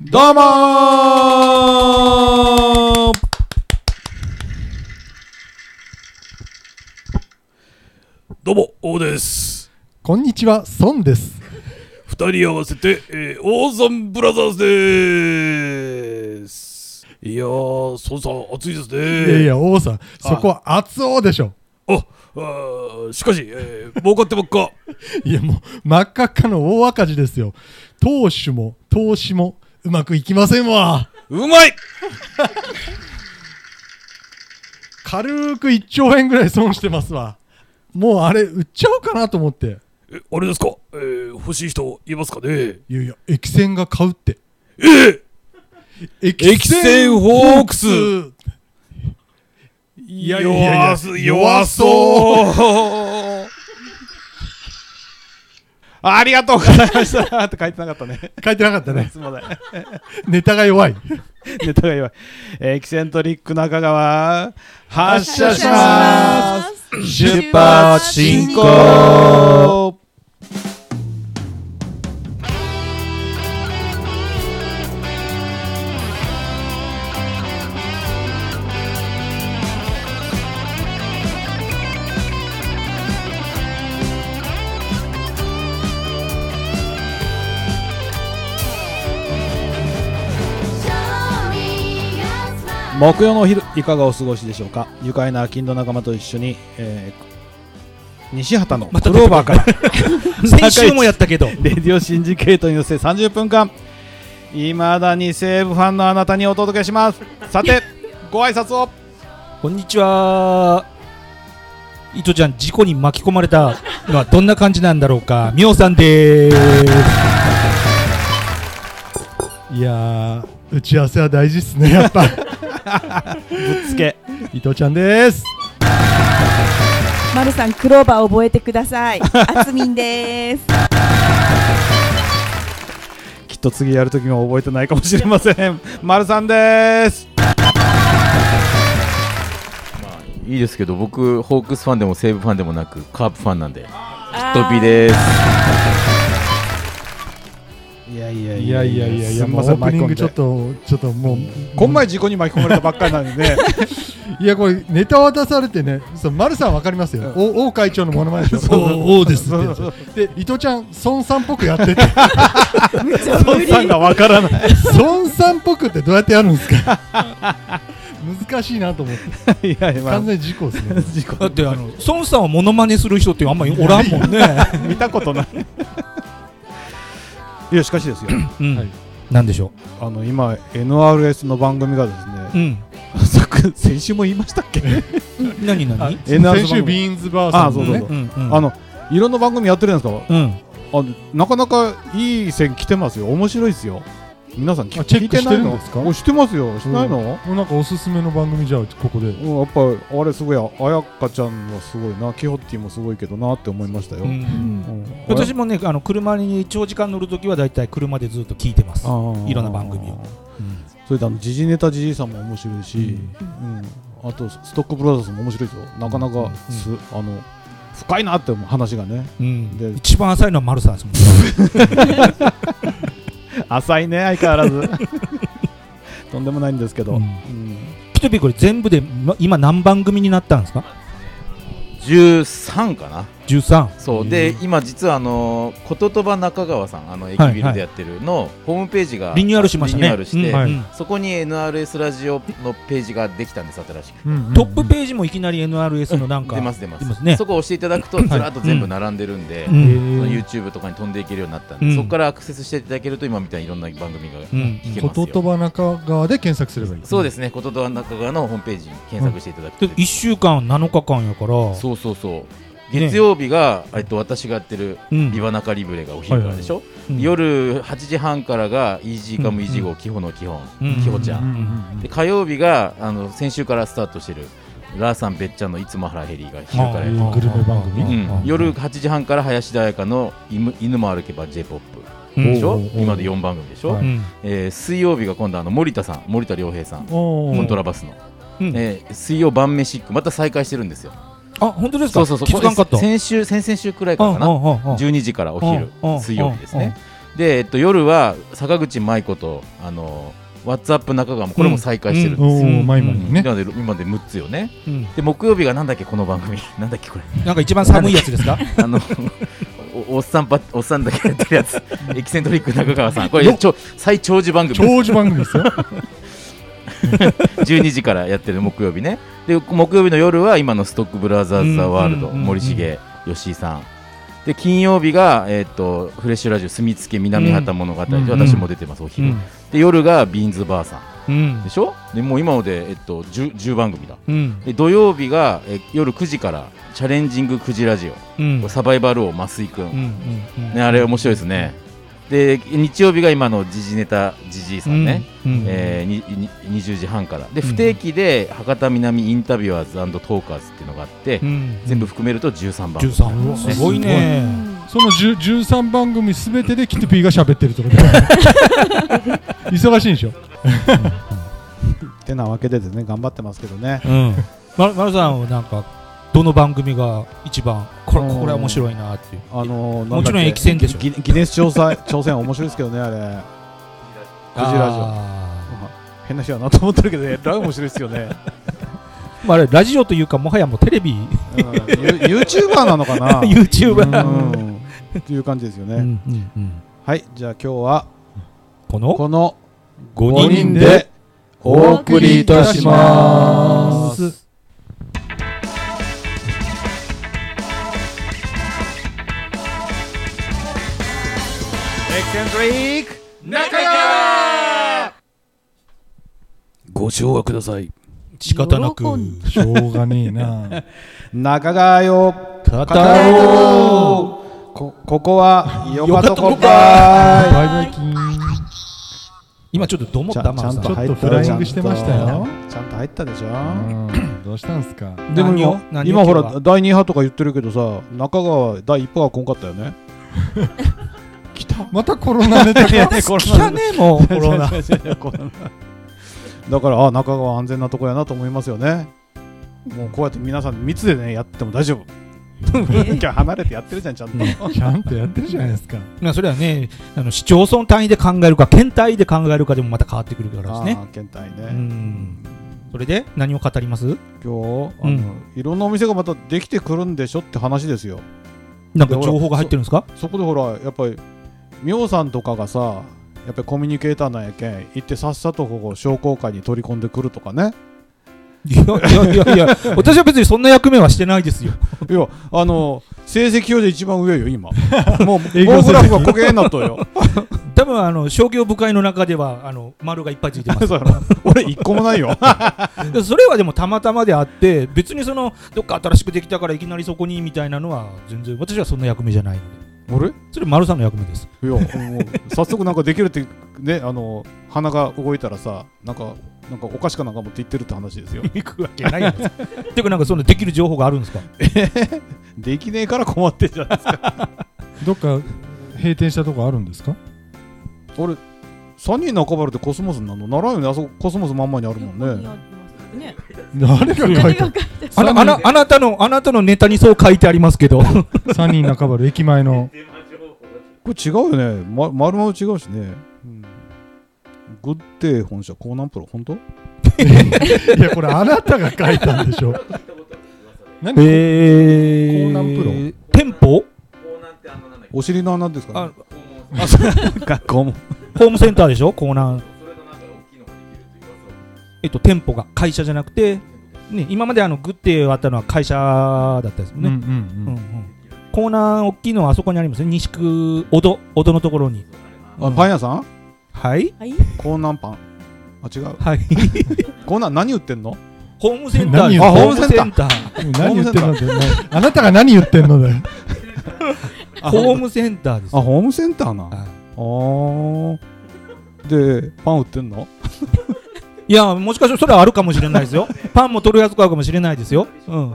どうもーどうも、王です。こんにちは、孫です。二人合わせて、えー、王さんブラザーズでーす。いやー、孫さん、暑いですいやね。いや、王さん、そこは熱王でしょ。あ、あーしかし、えー、儲かってばっか。 いや、もう、真っ赤っかの大赤字ですよ。投手も、投資も、うまくいきませんわ。うまい軽く1兆円ぐらい損してますわ。もうあれ、売っちゃおうかなと思って。えあれですか、えー、欲しい人いますかねいやいや、駅船が買うって。え駅駅船ホークスいやいやいや弱す弱そうありがとうございましたって書いてなかったね。 書いてなかった ね。すみません。ネタが弱い。ネタが弱い。エキセントリック中川、発射射ししまますす出発進行木曜のお昼、いかがお過ごしでしょうか愉快なアキンド仲間と一緒に、えー西畑のクローバーから、先週もやったけどレディオシンジケートに乗せ30分間いまだに西武ファンのあなたにお届けしますさてご挨拶をこんにちは糸ちゃん事故に巻き込まれたのはどんな感じなんだろう かみおさんでーすいやー、打ち合わせは大事っすね、やっぱ。 つけ伊藤ちゃんです。まるさんクローバー覚えてください。あつみんです。きっと次やる時も覚えてないかもしれません 丸さんですいいですけど僕ホークスファンでも西武ファンでもなくカープファンなんでトトピですいやいやいやいやいやいや、すもまうオせんープ巻きニン込んグでちょっと、ちょっともう、こん前事故に巻き込まれたばっかりなんでねいや、これ、ネタ渡されてね、そう丸さんわかりますよ、うお王会長のものまね でしょ、おおですってそうそうで、伊藤ちゃん、孫さんっぽくや ってて、孫さんがわからない孫さんっぽくってどうやってやるんですか、難しいなと思って、いやいや、まあ完全に事故ですね、事故だってあの孫さんはモノマネする人ってあんまりおらんも んね、見たことないいやしかしですようんはいなんでしょ あの今 NRS の番組がですねう、うん、昨先週も言いましたっけ何あ何先 NRS 週、番組ビーンズバーさんそのうそうねそ、んうんあのいろんな番組やってるじゃないですかうんあなかなかいい線来てますよ面白いですよ皆さん聞あチェック聞いないのしてるんですかおしてますよしてないの、もうなんかおすすめの番組じゃあ、ここで、うんやっぱあれすごいあやかちゃんはすごいなキホッティもすごいけどなって思いましたよ、ううんんあ私もねあの車に長時間乗るときはだいたい車でずっと聞いてます、ーいろんな番組をうんそれであの時事ネタじじいさんも面白いし、うんあとストックブラザーズも面白いですよなかなかす、あの深いなって思う話がねうんで一番浅いのは丸さんですもん 浅いね相変わらずとんでもないんですけど、うんうんピトピこれ全部で、ま今何番組になったんですか13かな ?13 そうで今実はあの言葉中川さんあの駅ビルでやってるのホームページがリニューアルしましたねリニューアルして、うんはいうんそこに NRS ラジオのページができたんです新しくうんうんトップページもいきなり NRS のなんか、出ます出ます出ますねそこを押していただくとずらっと全部並んでるんで、うんその YouTube とかに飛んでいけるようになったんで、うんそこからアクセスしていただけると今みたいにいろんな番組がうん聞けますよ、言葉中川で検索すればいい。そうですね言葉中川のホームページに検索していただくとで1週間7日間やからそうそうそう月曜日が、えっと私がやってるう「ビんバナカリブレ」がお昼からでしょ、うん夜8時半からが「イージーカムイージー号基本の基本」うんキホちゃうんうんんうんで火曜日があの先週からスタートしてる「ラーさんべっちゃんのいつも腹ヘリ」が昼からやる、グルメ番組うん、夜8時半から林田彩香の犬「犬も歩けば j p o p うんでしょ、おうおうおう今で4番組でしょ、はうんえー水曜日が今度あの森田さん森田良平さんおコンートラバスの、うんえー水曜晩飯また再開してるんですよあ本当ですそかうそうそう気づかんかったこれ先週先々週くらいからかなうんうんうんうん12時からお昼うんうん水曜日ですねで、えっと、夜は坂口舞子とあのワッツアップ中川もこれも再開してるんですおよ、ーマイマイのね今まで今まで6つよねうん、で木曜日がなんだっけこの番組 なんだっけこれなんか一番寒いやつです かあのおおっさんパおっさんだけやってるやつエキセントリック中川さんこれちょ最長寿番組長寿番組ですよ12時からやってる木曜日ねで木曜日の夜は今のストックブラザーズ・ザ・ワールド、うんうんうんうん森重吉井さんで金曜日が、えっとフレッシュラジオ住みつけ南畑物語で、うんうん私も出てますおう昼、んで夜がビーンズバーさんうんでしょでもう今ので、えっと 10, 10番組だうんで土曜日がえ夜9時からチャレンジング9時ラジオ、うんサバイバル王増井くん、うんね、あれ面白いですねで日曜日が今の時事ネタじじいさんね、うんえーにに20時半からで不定期で博多南インタビュアーズトーカーズっていうのがあって、うん全部含めると13番十三すごいねその10 13番組すべてでキトピーが喋ってるってこと忙しいんでしょてなわけでですね頑張ってますけどねうんままるさんはなんかどの番組が一番これこれは面白いなっていうあのー、もちろんエキセンでしょギギネス調査挑戦面白いですけどねあれクジラジオあ変な人やなと思ってるけどねライブ面白いですよね、ーまああれラジオというかもはやもうテレビ うん、ユーチューバーなのか な YouTuber うんっていう感じですよね、うんうんうんはいじゃあ今日はこのこの5 5人でお送りいたします ご唱和ください仕方なく喜んしょうがねえな中川よ語語ろうこここはよかとこバイかバイキン今ちょっとどうもいちっゃたんちゃまんさとん入ちょっっとたフライングしてましたよちゃんと入ったでしょうんどうしたんすかでも何を今何を今ほ今日らは第2波とか言ってるけどさ中川第1波は来んかったよねまたコロナネタ 来たねもうコロ ナだからあ中川安全なとこやなと思いますよねもうこうやって皆さん密でねやっても大丈夫 今日離れてやってるじゃんちゃんとちゃんとやってるじゃないですかまあそれはねあの市町村単位で考えるか県単位で考えるかでもまた変わってくるからですねあー県体うねんそれで何を語ります今日あの、うんいろんなお店がまたできてくるんでしょって話ですよなんか情報が入ってるんですかそこでほらやっぱりミョウさんとかがさやっぱりコミュニケーターなんやけん行ってさっさとここ商工会に取り込んでくるとかねいや いやいやいや、私は別にそんな役目はしてないですよ。いやあの成績表で一番上よ今もう営業成績棒グラフが焦げになっとるよ 多分あの商業部会の中ではあの丸がいっぱいつい てます。そうやろ俺一個もない よでそれはでもたまたまであって、別にそのどっか新しくできたからいきなりそこにみたいなのは全然私はそんな役目じゃないので、俺いそれ丸さんの役目です。やもう早速なんかできるってねあの鼻が動いたらさなんかなんかお菓子かなんか持って行ってるって話 ですよ行くわけないんです。 てかなんかそんなできる情報があるんですか。できねえから困ってんじゃんどっか閉店したとこあるんですか俺3人中原でコスモスなのならんよねあそこコスモスまんまにあるもん横にねありますね誰が書いて誰が書いるたあなあなあなたのあなたのネタにそう書いてありますけど。 3人中原駅前のこれ違うよね、ま、丸々違うしね、グッデー本社コーナンプロ本当いやこれあなたが書いたんでしょ何、え江南プロ店舗？お尻の穴ですか、あね、あそう 学校もホームセンターでしょコーナーえっと店舗が会社じゃなくて、ね、今まであのグッて割ったのは会社だったんですもうんんうね、うんうんんコーナー大きいのはあそこにありますね西区小戸小戸のところにあパン屋さんはいはいコーナンパンあ違うはいコーナン何売ってんのホームセンタ何ーですをホームセンターうん何言ってんのだよあなたが何言ってんのだよあホームセンターですあホームセンターなあはーでパン売ってん のいいやもしかしたらそれはあるかもしれないです よパンも取るやつ買うかもしれないですよ、うん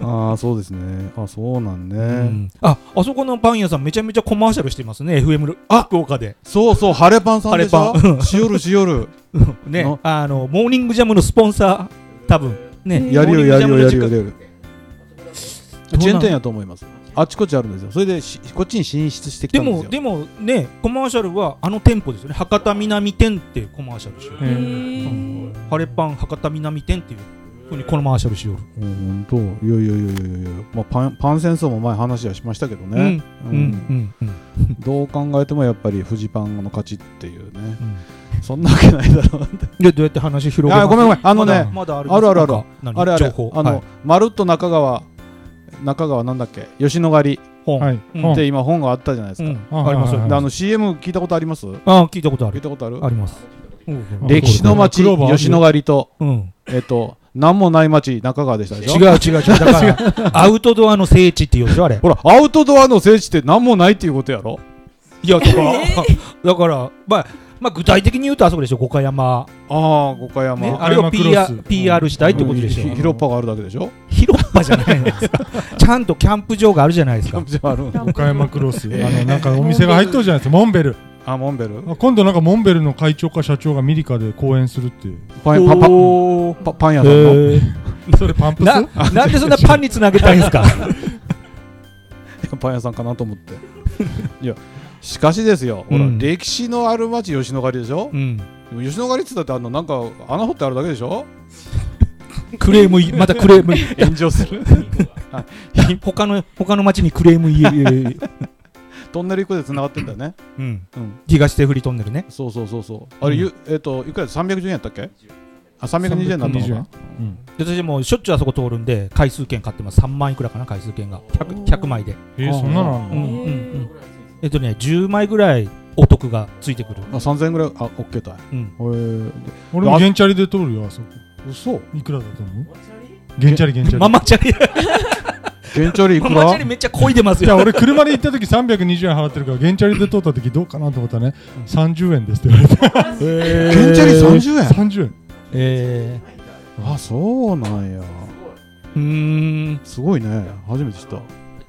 ああそうですねあそうなんね、うんああそこのパン屋さんめちゃめちゃコマーシャルしてますね FM あ福岡でそうそう晴れパンさんでし晴ょ しよるしよるねの、あのモーニングジャムのスポンサー、多分ね、やるよやるよやるよモーやニングジャムの近くるよチェーン店やと思いますあちこちあるんですよそれでしこっちに進出してきでたんですもよでもねコマーシャルはあの店舗ですよね博多南店っていうコマーシャルしよへう、ーハレパン博多南店っていうふうにコマーシャルしよう、もう本当いやいやいやいやいや、まあ、パンパン戦争も前話はしましたけどね、ううんうんんうんどう考えてもやっぱりフジパンの勝ちっていうねうんそんなわけないだろうなってでどうやって話広げあますごめんごめんあのまだねまだああるあるあるなんか何あれあ情れ報あの、まるっと中川中川なんだっけ吉野狩り本、はいうんって今本があったじゃないですうか、んはいありますよはいであの CM 聞いたことありますあ聞いたことあ聞いるたことあるありますあ歴史の街クローバーある吉野狩りとうんえっと何もない街中川でしたでしょ違う違 う違うだからアウトドアの聖地って言うでしょあれほらアウトドアの聖地って何もないっていうことやろいやだから だからまあまあ具体的に言うとあそこでしょ五箇山ああ五箇山、ねまああれを五箇山クロ PR ス PR したいってことでしひょ広っ端があるだけでしょ 広っ端じゃないです かちゃんとキャンプ場があるじゃないですかじゃあある岡山クロス、あのなんかお店が入っとるじゃないですか、モンベル。あモンベルあ今度なんかモンベルの会長か社長がミリカで講演するっていう。パンパパおーパパン屋さんのへそれパンプースななんでそんなパンにつなげたいんですかパン屋さんかなと思っていやしかしですよほら、うん歴史のある町吉野狩りでしょうんでも吉野狩りっつったってあのなんか穴掘ってあるだけでしょクレームいまたクレーム炎上する 他の他の町にクレー ム言えトンネル一個で繋がってんだよねうんうん東手振りトンネルねそうそうそうそうあれ、うんゆえっ、といくら310円やったっけあ320円だったの320円うかんで私もうしょっちゅうあそこ通るんで回数券買ってます3万いくらかな回数券が 100, 100枚でえーそんなのあんうのんうへんーうんえっとね10枚ぐらいお得がついてくるあ3000円ぐらいあオッケーたいへうんえ俺もゲンチャリで通るよ、あそこ。嘘いくらだと思うゲンチャリ、ゲンチャマリ。マチャリ現地よりいくマらマチャリめっちゃ漕いでますいやよ俺車で行った時320円払ってるからゲンチャリで通った時どうかなと思ったらね30円ですって言われて現地より30円30円えあそうなんやーうーんすごいね初めて知ったちょ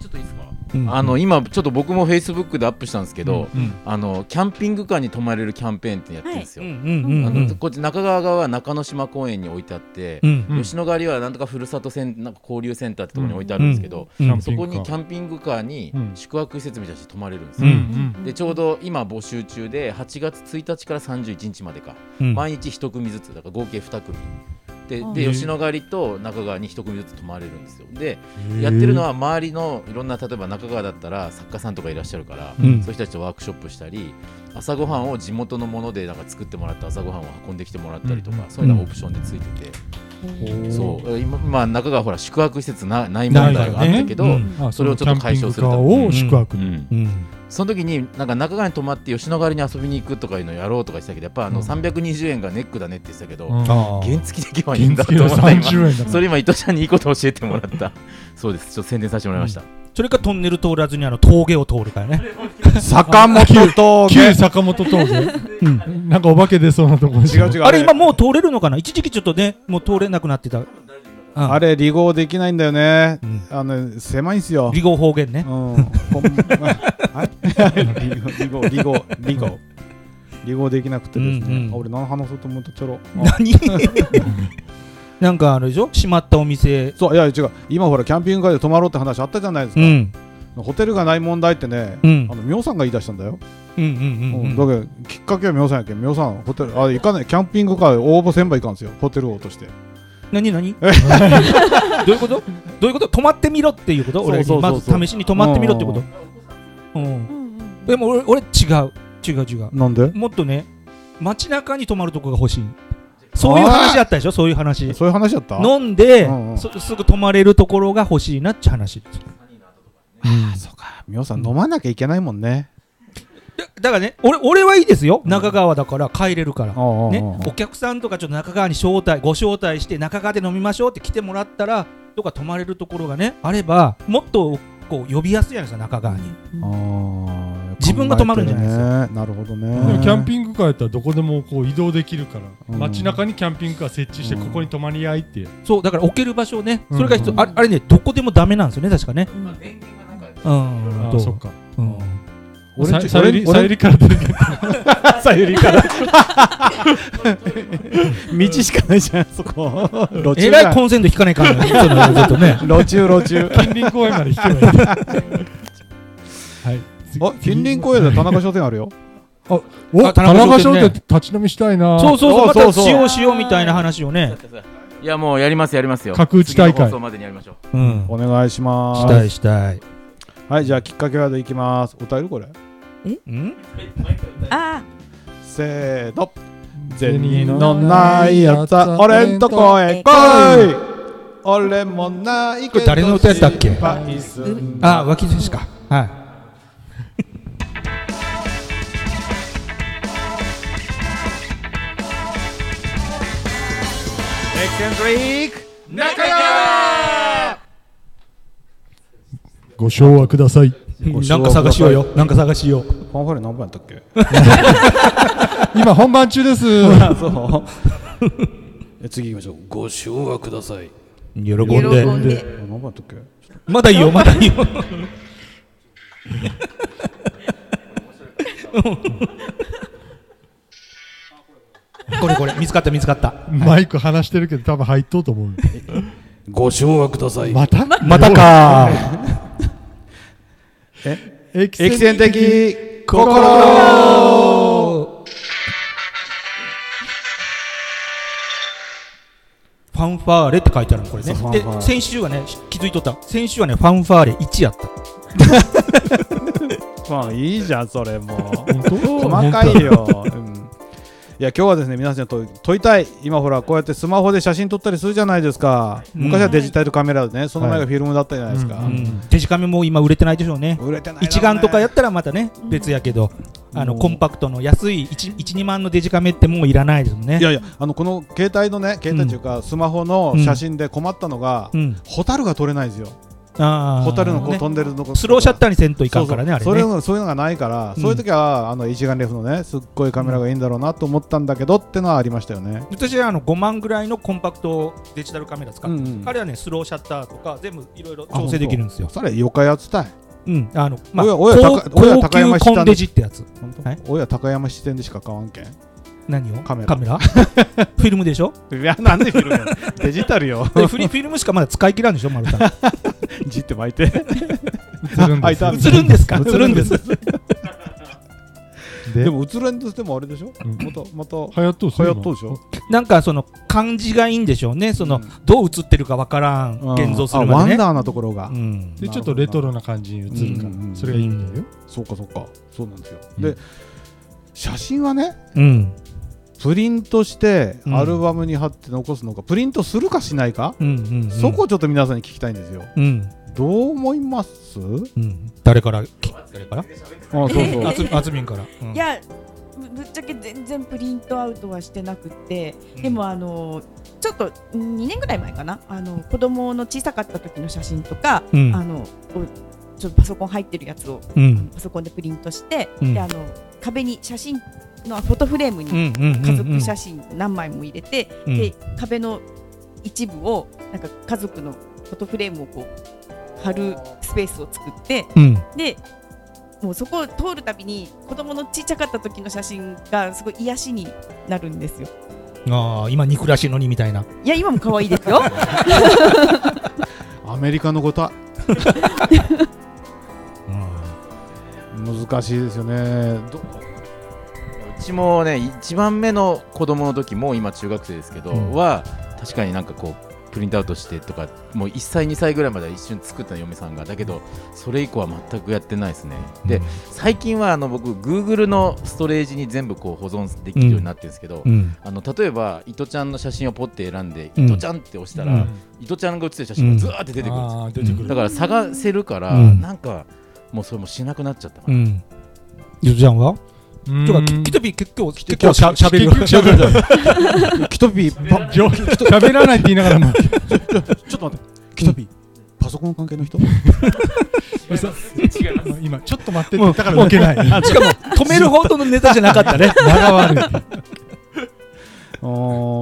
っといいですかうんあの今ちょっと僕もフェイスブックでアップしたんですけど、うんあのキャンピングカーに泊まれるキャンペーンってやってるんですうよ、んうんうんうあのんこっち中川側は中之島公園に置いてあってう、んうん吉野ヶ里はなんとかふるさとセンなんか交流センターってところに置いてあるんですけど、うんそこにキンャンピングカーにうん宿泊施設みたいにして泊まれるんですうよ、うんでちょうど今募集中で8月1日から31日までか、うん毎日1組ずつだから合計2組でうんで吉野ヶ里と中川に1組ずつ泊まれるんですよでやってるのは周りのいろんな例えば中川だったら作家さんとかいらっしゃるから、うんそういう人たちとワークショップしたり朝ごはんを地元のものでなんか作ってもらった朝ごはんを運んできてもらったりとか、そういうのがオプションでついてて、そう今今中川ほら宿泊施設なない問題があったけど、ないからねうんあそれをちょっと解消するキたャめンにピングカーを宿泊うにんうんその時になんか中川に泊まって吉野ヶ里に遊びに行くとかいうのやろうとかしたけどやっぱあのうん320円がネックだねって言ってたけど、うんあー原付で行けばいいん原だ付とは思った今30円だからそれ今伊藤ちゃんにいいこと教えてもらったそうですちょっと宣伝させてもらいました、それかトンネル通らずにあの峠を通るからね坂本旧峠坂本峠なんかお化け出そうなとこでし違うょ違うあれ今もう通れるのかな一時期ちょっとねもう通れなくなってたああれ、離合できないんだよねう。んあの、狭いんすよ。離合方言うん。ねこんはい離合、離合、離合、離合。離合できなくてですうんうねん。あ俺、何話そうと思ったちょろ。何なんかあれでしょ閉まったお店そう、いや、違う。今ほら、キャンピングカーで泊まろうって話あったじゃないですうか。んホテルがない問題ってねう。んあの、みょうさんが言い出したんだよ。うんうんうんうんうだんけど、きっかけはみょうさんやけん。みょうさん、ホテル、あ、行かない。キャンピングカーで応募せんばいかんすよ。ホテルを落として。何何 どういうことどういうこと泊まってみろっていうこと俺そうそうまそうずそう試しに泊まってみろってことうんでも俺俺違う違う違うなんでもっとね街中に泊まるとこが欲しいそういう話だったでしょそういう話そういう話やった飲んでうんうんそすぐ泊まれるところが欲しいなっちゅう話みょうさん、飲まなきゃいけないもんね。だだからね俺俺はいいですよ中川だから帰れるからおね、お客さんとかちょっと中川に招待ご招待して中川で飲みましょうって来てもらったらとか泊まれるところがねあればもっとこう呼びやすいじゃないですか中川にあー自分が泊まるんじゃないです考えてるねなるほどでもねキャンピングカーやったらどこでもこう移動できるから、うん街中にキャンピングカー設置してうんここに泊まり合いっていう、そうだから置ける場所をねそれが必要、うんああれねどこでもダメなんですよね確かねうんあとあそっかうん俺んちさゆり、俺さんゆりから出てきた。さゆりから道しかないじゃんそこ路え中らいだコンセント引かねえからね。いつ もねずっとね。路中路 中近隣公園まで引けばいい。はい。あ近隣公園だで田中商店あるよお、田あ田中中商商店ね店立ち飲みしたいな。そうそうそう、あまたそうそうしようしようみたいな話をね。いやもうやりますやりますよ角打ち大会次の放送までにやりましょううん。お願いしましたすいしたい。はいじゃあきっかけワードいきます歌えるこれうんあせーの銭のないやつは俺んとこへ来い俺もないけど誰の歌やつだっけ心配すんなあ、脇ですか。はい。エクセントリークご唱和ください。なんか探しようよ。なんか探しよう。ファンファレ何番やったっけ今本番中 です。あ そう 次行きましょうご唱和ください喜んあ、喜で。んで。何番やったっけまだいい よ、まだいいよ。 これこれ、見つかった見つかった。マイク離してるけど多分入っとうと思う。ご唱和くださいまたまたか。エキエキセン的ファンファーレって書いてあるのこれねそうファンファーレで先週はね気づいとった先週はねファンファーレ1やった まあいいじゃんそれも本当細かいよ、 うんいや今日はですね皆さんに問い問いたい今ほらこうやってスマホで写真撮ったりするじゃないですか、うん昔はデジタルカメラでねその前がフィルムだったじゃないですか、はいうんデジカメも今売れてないでしょうね売れてないだろうね一眼とかやったらまたね別やけどあのもうコンパクトの安い12万のデジカメってもういらないですもんねいやいやあのこの携帯のね携帯というか、スマホの写真で困ったのが、うんホタルが撮れないんですよあーホタルのこうね飛んでるのこスローシャッターにせんといかんからねあれそうそうそれねのそういうのがないから、うんそういう時はあの一眼レフのねすっごいカメラがいいんだろうなと思ったんだけどってのはありましたよね、私はあの5万ぐらいのコンパクトデジタルカメラ使うっんてうん彼はねスローシャッターとか全部いろいろ調整できるんですよそれよかやつたいうんあのまあおやおや高高おや高高山級下のコンデジってやつ本当はい親高山支店でしか買わんけん何をカメラカメラ フィルムでしょいやなんでフィルムやねんデジタルよで フリフィルムしかまだ使い切らんでしょ、丸さん。じって巻いて映るんあでいすた映るんですか映るんです。ででも映らんとしてもあれでしょうんまたまた流行っとう流行っとうでしょなんかその感じがいいんでしょうね、その、うんどう映ってるかわからん、現像するあまワでンね。ダーなところがうん、でちょっとレトロな感じに映るかうんうんうんらそれがいいんだよそうかそうかそうなんですようんで写真はねうん、プリントしてうんアルバムに貼って残すのかプリントするかしないかうん、うん、うんそこ、をちょっと皆さんに聞きたいんですようん、どう思いますうん、誰から、き誰から、あそうそうあつ、あつみんから。うんいやぶぶっちゃけ全然プリントアウトはしてなくて、うんでもあのちょっとうん2年ぐらい前かなあの子供の小さかった時の写真とか、うんあのこうちょっとパソコン入ってるやつをうん、パソコンでプリントして、うんであの壁に写真のフォトフレームうん、うにん、うん、家族写真何枚も入れて、うんで壁の一部をなんか家族のフォトフレームをこう貼るスペースを作って、うん、でもうそこを通るたびに子供のちっちゃかった時の写真がすごい癒しになるんですよああ、今憎らしいのにみたいな。いや今も可愛いです よアメリカのことはうん難しいですよねどうちもね1番目の子供の時もう今中学生ですけど、うんは確かになんかこうプリントアウトしてとかもう1歳2歳ぐらいまでは一緒に作った嫁さんがだけどそれ以降は全くやってないですね、で最近はあの僕 Google のストレージに全部こう保存できるようになってるんですけど、うん、あの例えば伊藤ちゃんの写真をポッて選んで、うん伊藤ちゃんって押したら、うん伊藤ちゃんが写ってる写真がずわーって出てくるんですよ、あー出てくるだから探せるから、うんなんかもうそれもしなくなっちゃったかうら、ん。ゆずちゃんは。うんとか、き、きとび、結構、結構しゃ、しゃべる。結局喋るキトピーパよ喋らないって言いながらもちょっと待ってキトピーパソコン関係の人今ちょっと待ってってだから受けないしかも、止めるほどのネタじゃな かったね。長悪い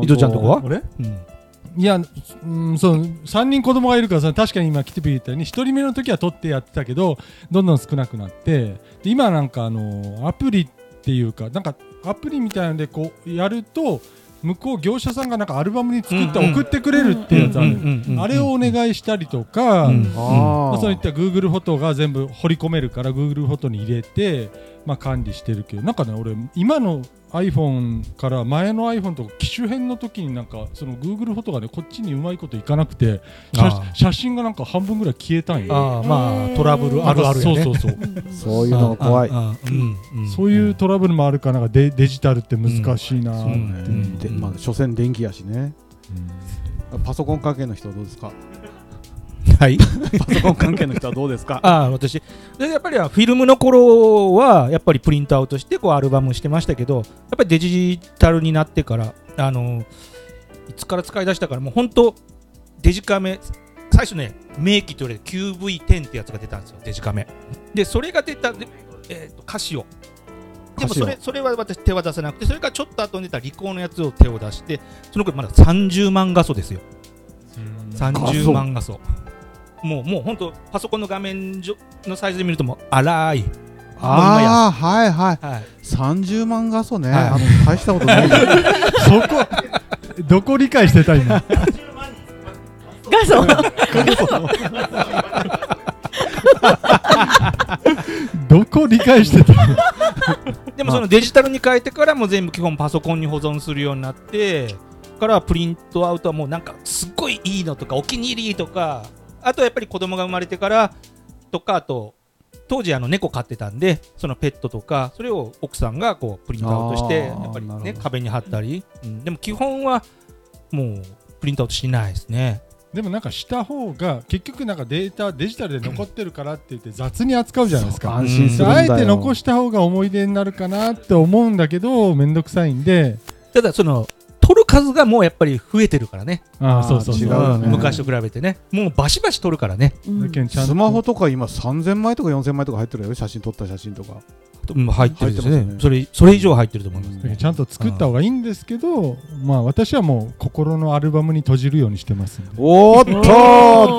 伊伊藤ちゃんとこは。俺うんいや、うん、そう3人子供がいるからさ確かに今キティピー言ったように1人目の時は取ってやってたけどどんどん少なくなってで今なんかあのアプリっていうかなんかアプリみたいなのでこうやると向こう業者さんがなんかアルバムに作ってうんうん送ってくれるっていうやつある、あれをお願いしたりとか、うんまあ、そういっーた Google フォトが全部掘り込めるから Google フォトに入れて、まあ、管理してるけどなんかね俺今の iPhone から前の iPhone とか機種変の時になんかその Google フォトがねこっちにうまいこといかなくてあ写ー写真がなんか半分ぐらい消えたんよああまあトラブルあるあるやそうねそうそうそういうのが怖いああああうんうんそういうトラブルもあるからなんかデデジタルって難しいなうーって、でんまあ所詮電気やしねパソコン関係の人はどうですかはいパソコン関係の人はどうですかああ私でやっぱりはフィルムの頃はやっぱりプリントアウトしてこうアルバムしてましたけどやっぱりデジタルになってからあのいつから使い出したからもう本当デジカメ最初ね名機と言われる QV10 ってやつが出たんですよデジカメでそれが出たで、えーとカシオでもそれそれは私手は出せなくてそれからちょっと後に出たリコーのやつを手を出してその頃まだ30万画素ですよ30万画素もうもう本当パソコンの画面上のサイズで見るともう荒いああはいはい はい、 30万画素ね、はいあの大したことないそこどこ理解してた今画素どこ理解してたでもそのデジタルに変えてからもう全部基本パソコンに保存するようになってからプリントアウトはもうなんかすっごいいいのとかお気に入りとかあとはやっぱり子供が生まれてからとかあと当時あの猫飼ってたんでそのペットとかそれを奥さんがこうプリントアウトしてあーやっぱりなるねほど壁に貼ったり、うんでも基本はもうプリントアウトしないですねでもなんかした方が結局なんかデータデジタルで残ってるからって言って雑に扱うじゃないですか安心するんあだえよて残した方が思い出になるかなって思うんだけど面倒くさいんでただその取る数がもうやっぱり増えてるからねああー違うよねうん昔と比べてねもうバシバシ取るからね、だけどちゃんとスマホとか今3000枚とか4000枚とか入ってるよ写真撮った写真とかうん入ってるです入っねてますねそれそれ以上入ってると思います、だからちゃんと作った方がいいんですけどまあ私はもう心のアルバムに閉じるようにしてますんでおーっと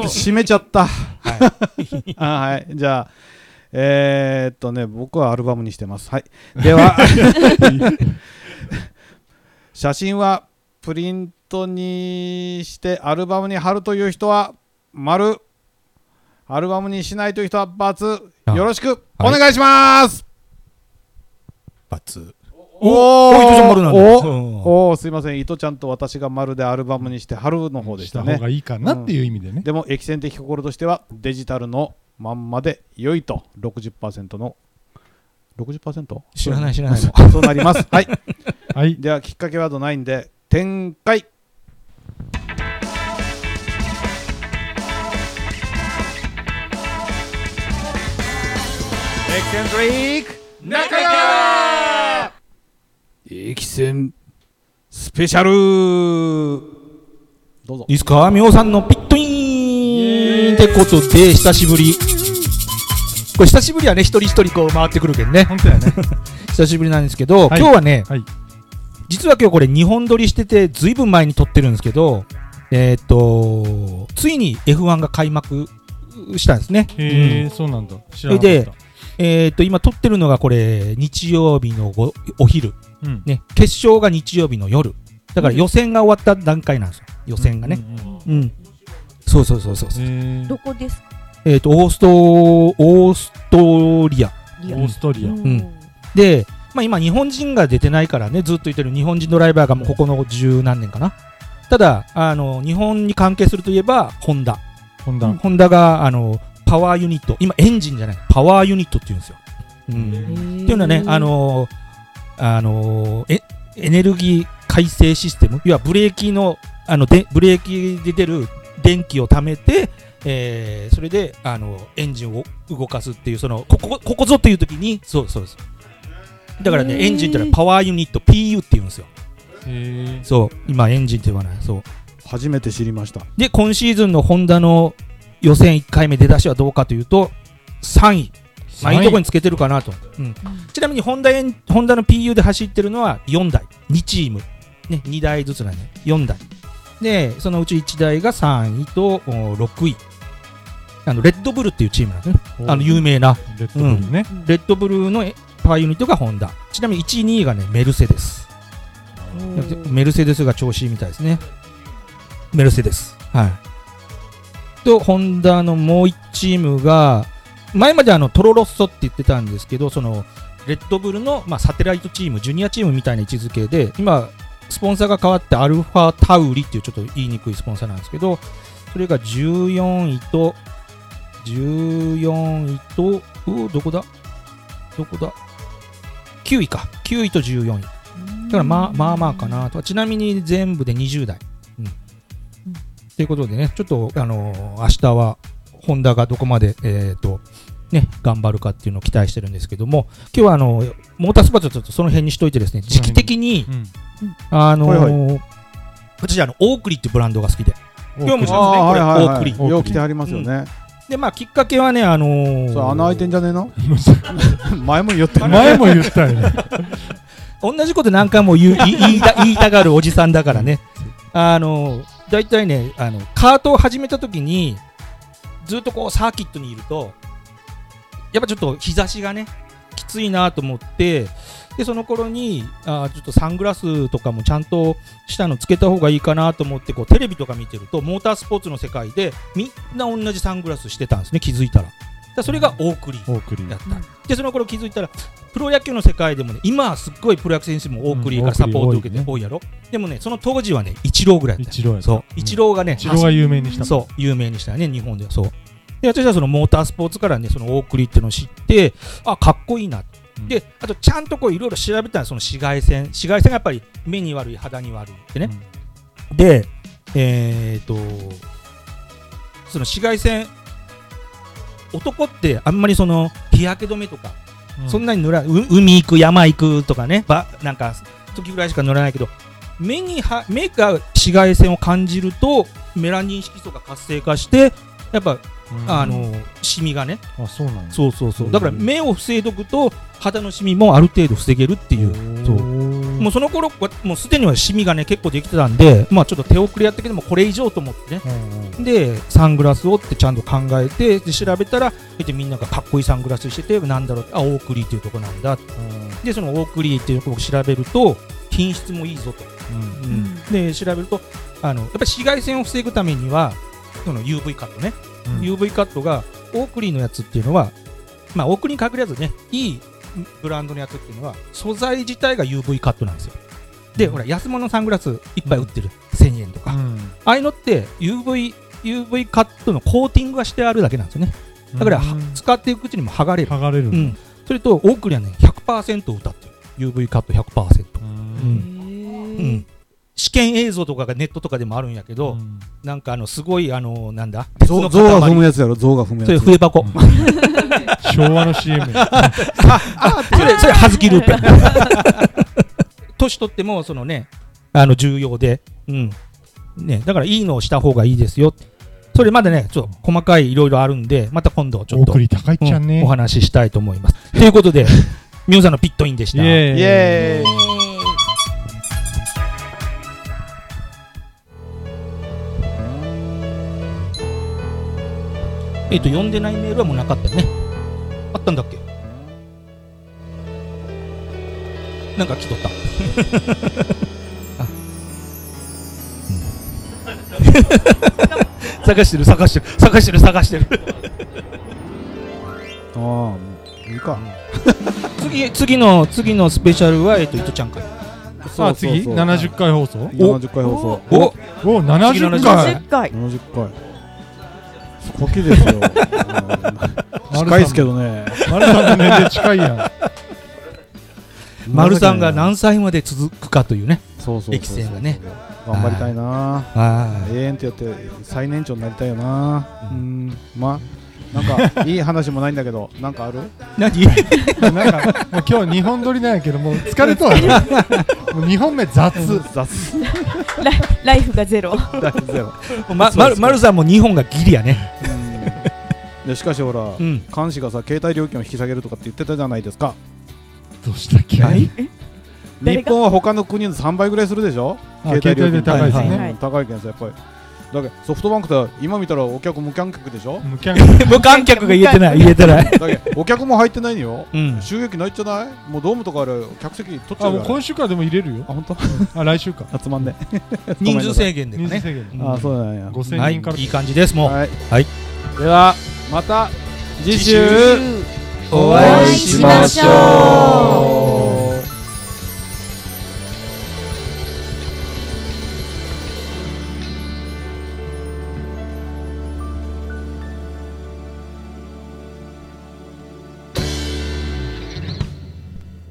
おー閉めちゃったはい、 あはい、じゃあえー、っとね僕はアルバムにしてますはいでは 写真はプリントにしてアルバムに貼るという人は丸アルバムにしないという人は×あよろしくおはい願いします、バツおーお伊藤ちゃん丸なんだおうんおおすいません伊藤ちゃんと私が丸でアルバムにして貼るの方でししたたね方がいいかなっていう意味でねでも駅線的心としてはデジタルのまんまで良いと60%の 60%? 知らない知らないそうそうなりますはいはいではきっかけワードないんで展開エキセントリーク中川駅線スペシャルどうぞいいですかみおさんのピットイーンってことで久しぶりこれ久しぶりはね一人一人こう回ってくるけどね本当やね久しぶりなんですけど、はい今日はね、はい実は今日これ2本撮りしててずいぶん前に撮ってるんですけどえーっとついに F1 が開幕したんですねへえそうなんだ知らなそかれっでたえーっと今撮ってるのがこれ日曜日のごお昼うんね、決勝が日曜日の夜。だから予選が終わった段階なんですよ。予選がね。ううん。そうそうそうそう。んうんへーどこですかえっ、と、オースト、オーストリア。リオオーストリアうんで、まあ今日本人が出てないからね、ずっと言ってる日本人ドライバーがもうここの十何年かな。ただ、あの、日本に関係するといえば、ホンダ。ホンダホンダが、あの、パワーユニット。今エンジンじゃない。パワーユニットって言うんですよ。うん。っていうのはね、あ、のーあのーえエネルギー改正システム、要はブレーキのあのでブレーキで出る電気を貯めて、えーそれであのエンジンを動かすっていうそのここここぞという時にそうそうです。だからへねーエンジンってのはパワーユニット PU って言うんですよ。へそう今エンジンって言わない。そう初めて知りましたで今シーズンのホンダの予選1回目出だしはどうかというと3位。まあ、いいとこにつけてるかなと、うんちなみにホンダエンホンダの PU で走ってるのは4台2チーム、ね、2台ずつなんで4台でそのうち1台が3位とお6位あのレッドブルっていうチームなんですねあの有名なレッドブルね、レッドブルのパワーユニットがホンダちなみに1位2位がねメルセデスメルセデスが調子いいみたいですねメルセデスはいとホンダのもう1チームが前まであのトロロッソって言ってたんですけどそのレッドブルの、まあ、サテライトチームジュニアチームみたいな位置づけで今スポンサーが変わってアルファタウリっていうちょっと言いにくいスポンサーなんですけどそれが14位と14位とうおどこだどこだ9位か9位と14位だからまあまあまあかなとちなみに全部で20代うんということでねちょっとあのー明日はホンダがどこまでえっ、とね頑張るかっていうのを期待してるんですけども今日はあのーモータースパーツはちょっとその辺にしといてですね時期的にうんあのーはい私あのオークリーってブランドが好きで今日もああはいはいオークはリい。よう来てありますよね。でまあきっかけはねあのーそれ穴開いてんじゃねえの？ 前も言ってた前も言ったよね同じこと何回も言う言い 言いた言いたがるおじさんだからね、あの大体ねあの、カートを始めたときに、ずっとこうサーキットにいると、やっぱちょっと日差しがね、きついなと思って、でその頃にあーちょっとサングラスとかもちゃんとしたのつけた方がいいかなと思ってこうテレビとか見てるとモータースポーツの世界でみんな同じサングラスしてたんですね気づいたらだからそれがオークリーオークリやーった、でその頃気づいたらプロ野球の世界でもね今はすっごいプロ野球選手もオークリーからサポートを受けてうん多いやろ、でもねその当時はねイチローぐらいだった一郎やったそうイチローがね一郎が有名にしたそう有名にしたよね日本ではそうで私はそのモータースポーツからねそのオークリーっていうのを知ってあかっこいいなうんであとちゃんとこういろいろ調べたらその紫外線紫外線がやっぱり目に悪い肌に悪いってね、でえー、っとその紫外線男ってあんまりその日焼け止めとかそんなに塗らう海行く山行くとかねばなんか時ぐらいしか塗らないけど目には目が紫外線を感じるとメラニン色素が活性化してやっぱ、うんあのシミがねあそうなんやそうそうそううんだから目を防いどくと肌のシミもある程度防げるっていうそうもうその頃はもうすでにはシミがね結構できてたんでまあちょっと手遅れやったけどもこれ以上と思ってねでサングラスをってちゃんと考えてで調べたらでみんながかっこいいサングラスしててなんだろうあオークリーっていうとこなんだでそのオークリーっていうとこを調べると品質もいいぞと、で調べるとあのやっぱり紫外線を防ぐためにはその UV カットね、うん UV カットがオークリーのやつっていうのはまあオークリーに限らずねいいブランドのやつっていうのは素材自体が UV カットなんですよで、ほら安物のサングラスいっぱい売ってる、1000円とか、ああいうのって UV, UV カットのコーティングがしてあるだけなんですよねだから、は使っていくうちにも剥がれる剥がれるうん、それとオークリーはね100%歌ってる UV カット100%、うんうん、試験映像とかがネットとかでもあるんやけど、なんかあのすごいあのなんだ鉄象のが塊踏むやつやろ。象が踏むやそれつ。筆箱、うん昭和の CM やそれそれ葉月ルーペン年取ってもそのねあの重要で、うんね、だからいいのをした方がいいですよそれまでねちょっと細かいいろいろあるんでまた今度ちょオっーと、クリー高いっちゃんうねんお話ししたいと思いますということでミュウさんのピットインでしイたエーイイエーイ。えっ、と、読んでないメールはもうなかったよね。あったんだっけなんか来とった。 あうん探してる、探してる、探してる、探してる。ああもういいか。次、次の、次のスペシャルは、えっ、と、伊藤ちゃんか。さあ次70回放送七十回放送。おお70回50回七十回。好きです よ。うん近いですけどね。丸さんの年齢近いやん丸さんが何歳まで続くかというね。そうそうそうそう歴戦がね。頑張りたいな。は永遠ってやって最年長になりたいよなうんまあなん かいい話もないんだけどなんかあるい。何なんかもう今日日本撮りなんやけどもう疲れとる もう2本目雑雑ライフがゼロだけゼロ ま、まる、まるさんも2本がギリやね。うんでしかしほら、うん。監視がさ携帯料金を引き下げるとかって言ってたじゃないですかどうしたっけはい 日本は他の国の3倍ぐらいするでしょあ携帯で料金高いですねはい高いけどさやっぱりだけどソフトバンクって今見たらお客無観客でしょ無キャン無観客が言えてない、言えてない。だけどお客も入ってないのよ うん。収益ないんじゃないもうドームとかある客席取っちゃあうもよう今週からでも入れるよあ本当あ来週か集まんね 人数制限で人数ね。制限限あそうなんやは5000い人から、いい感じです、もう。はいはいではまた次週お会いしましょう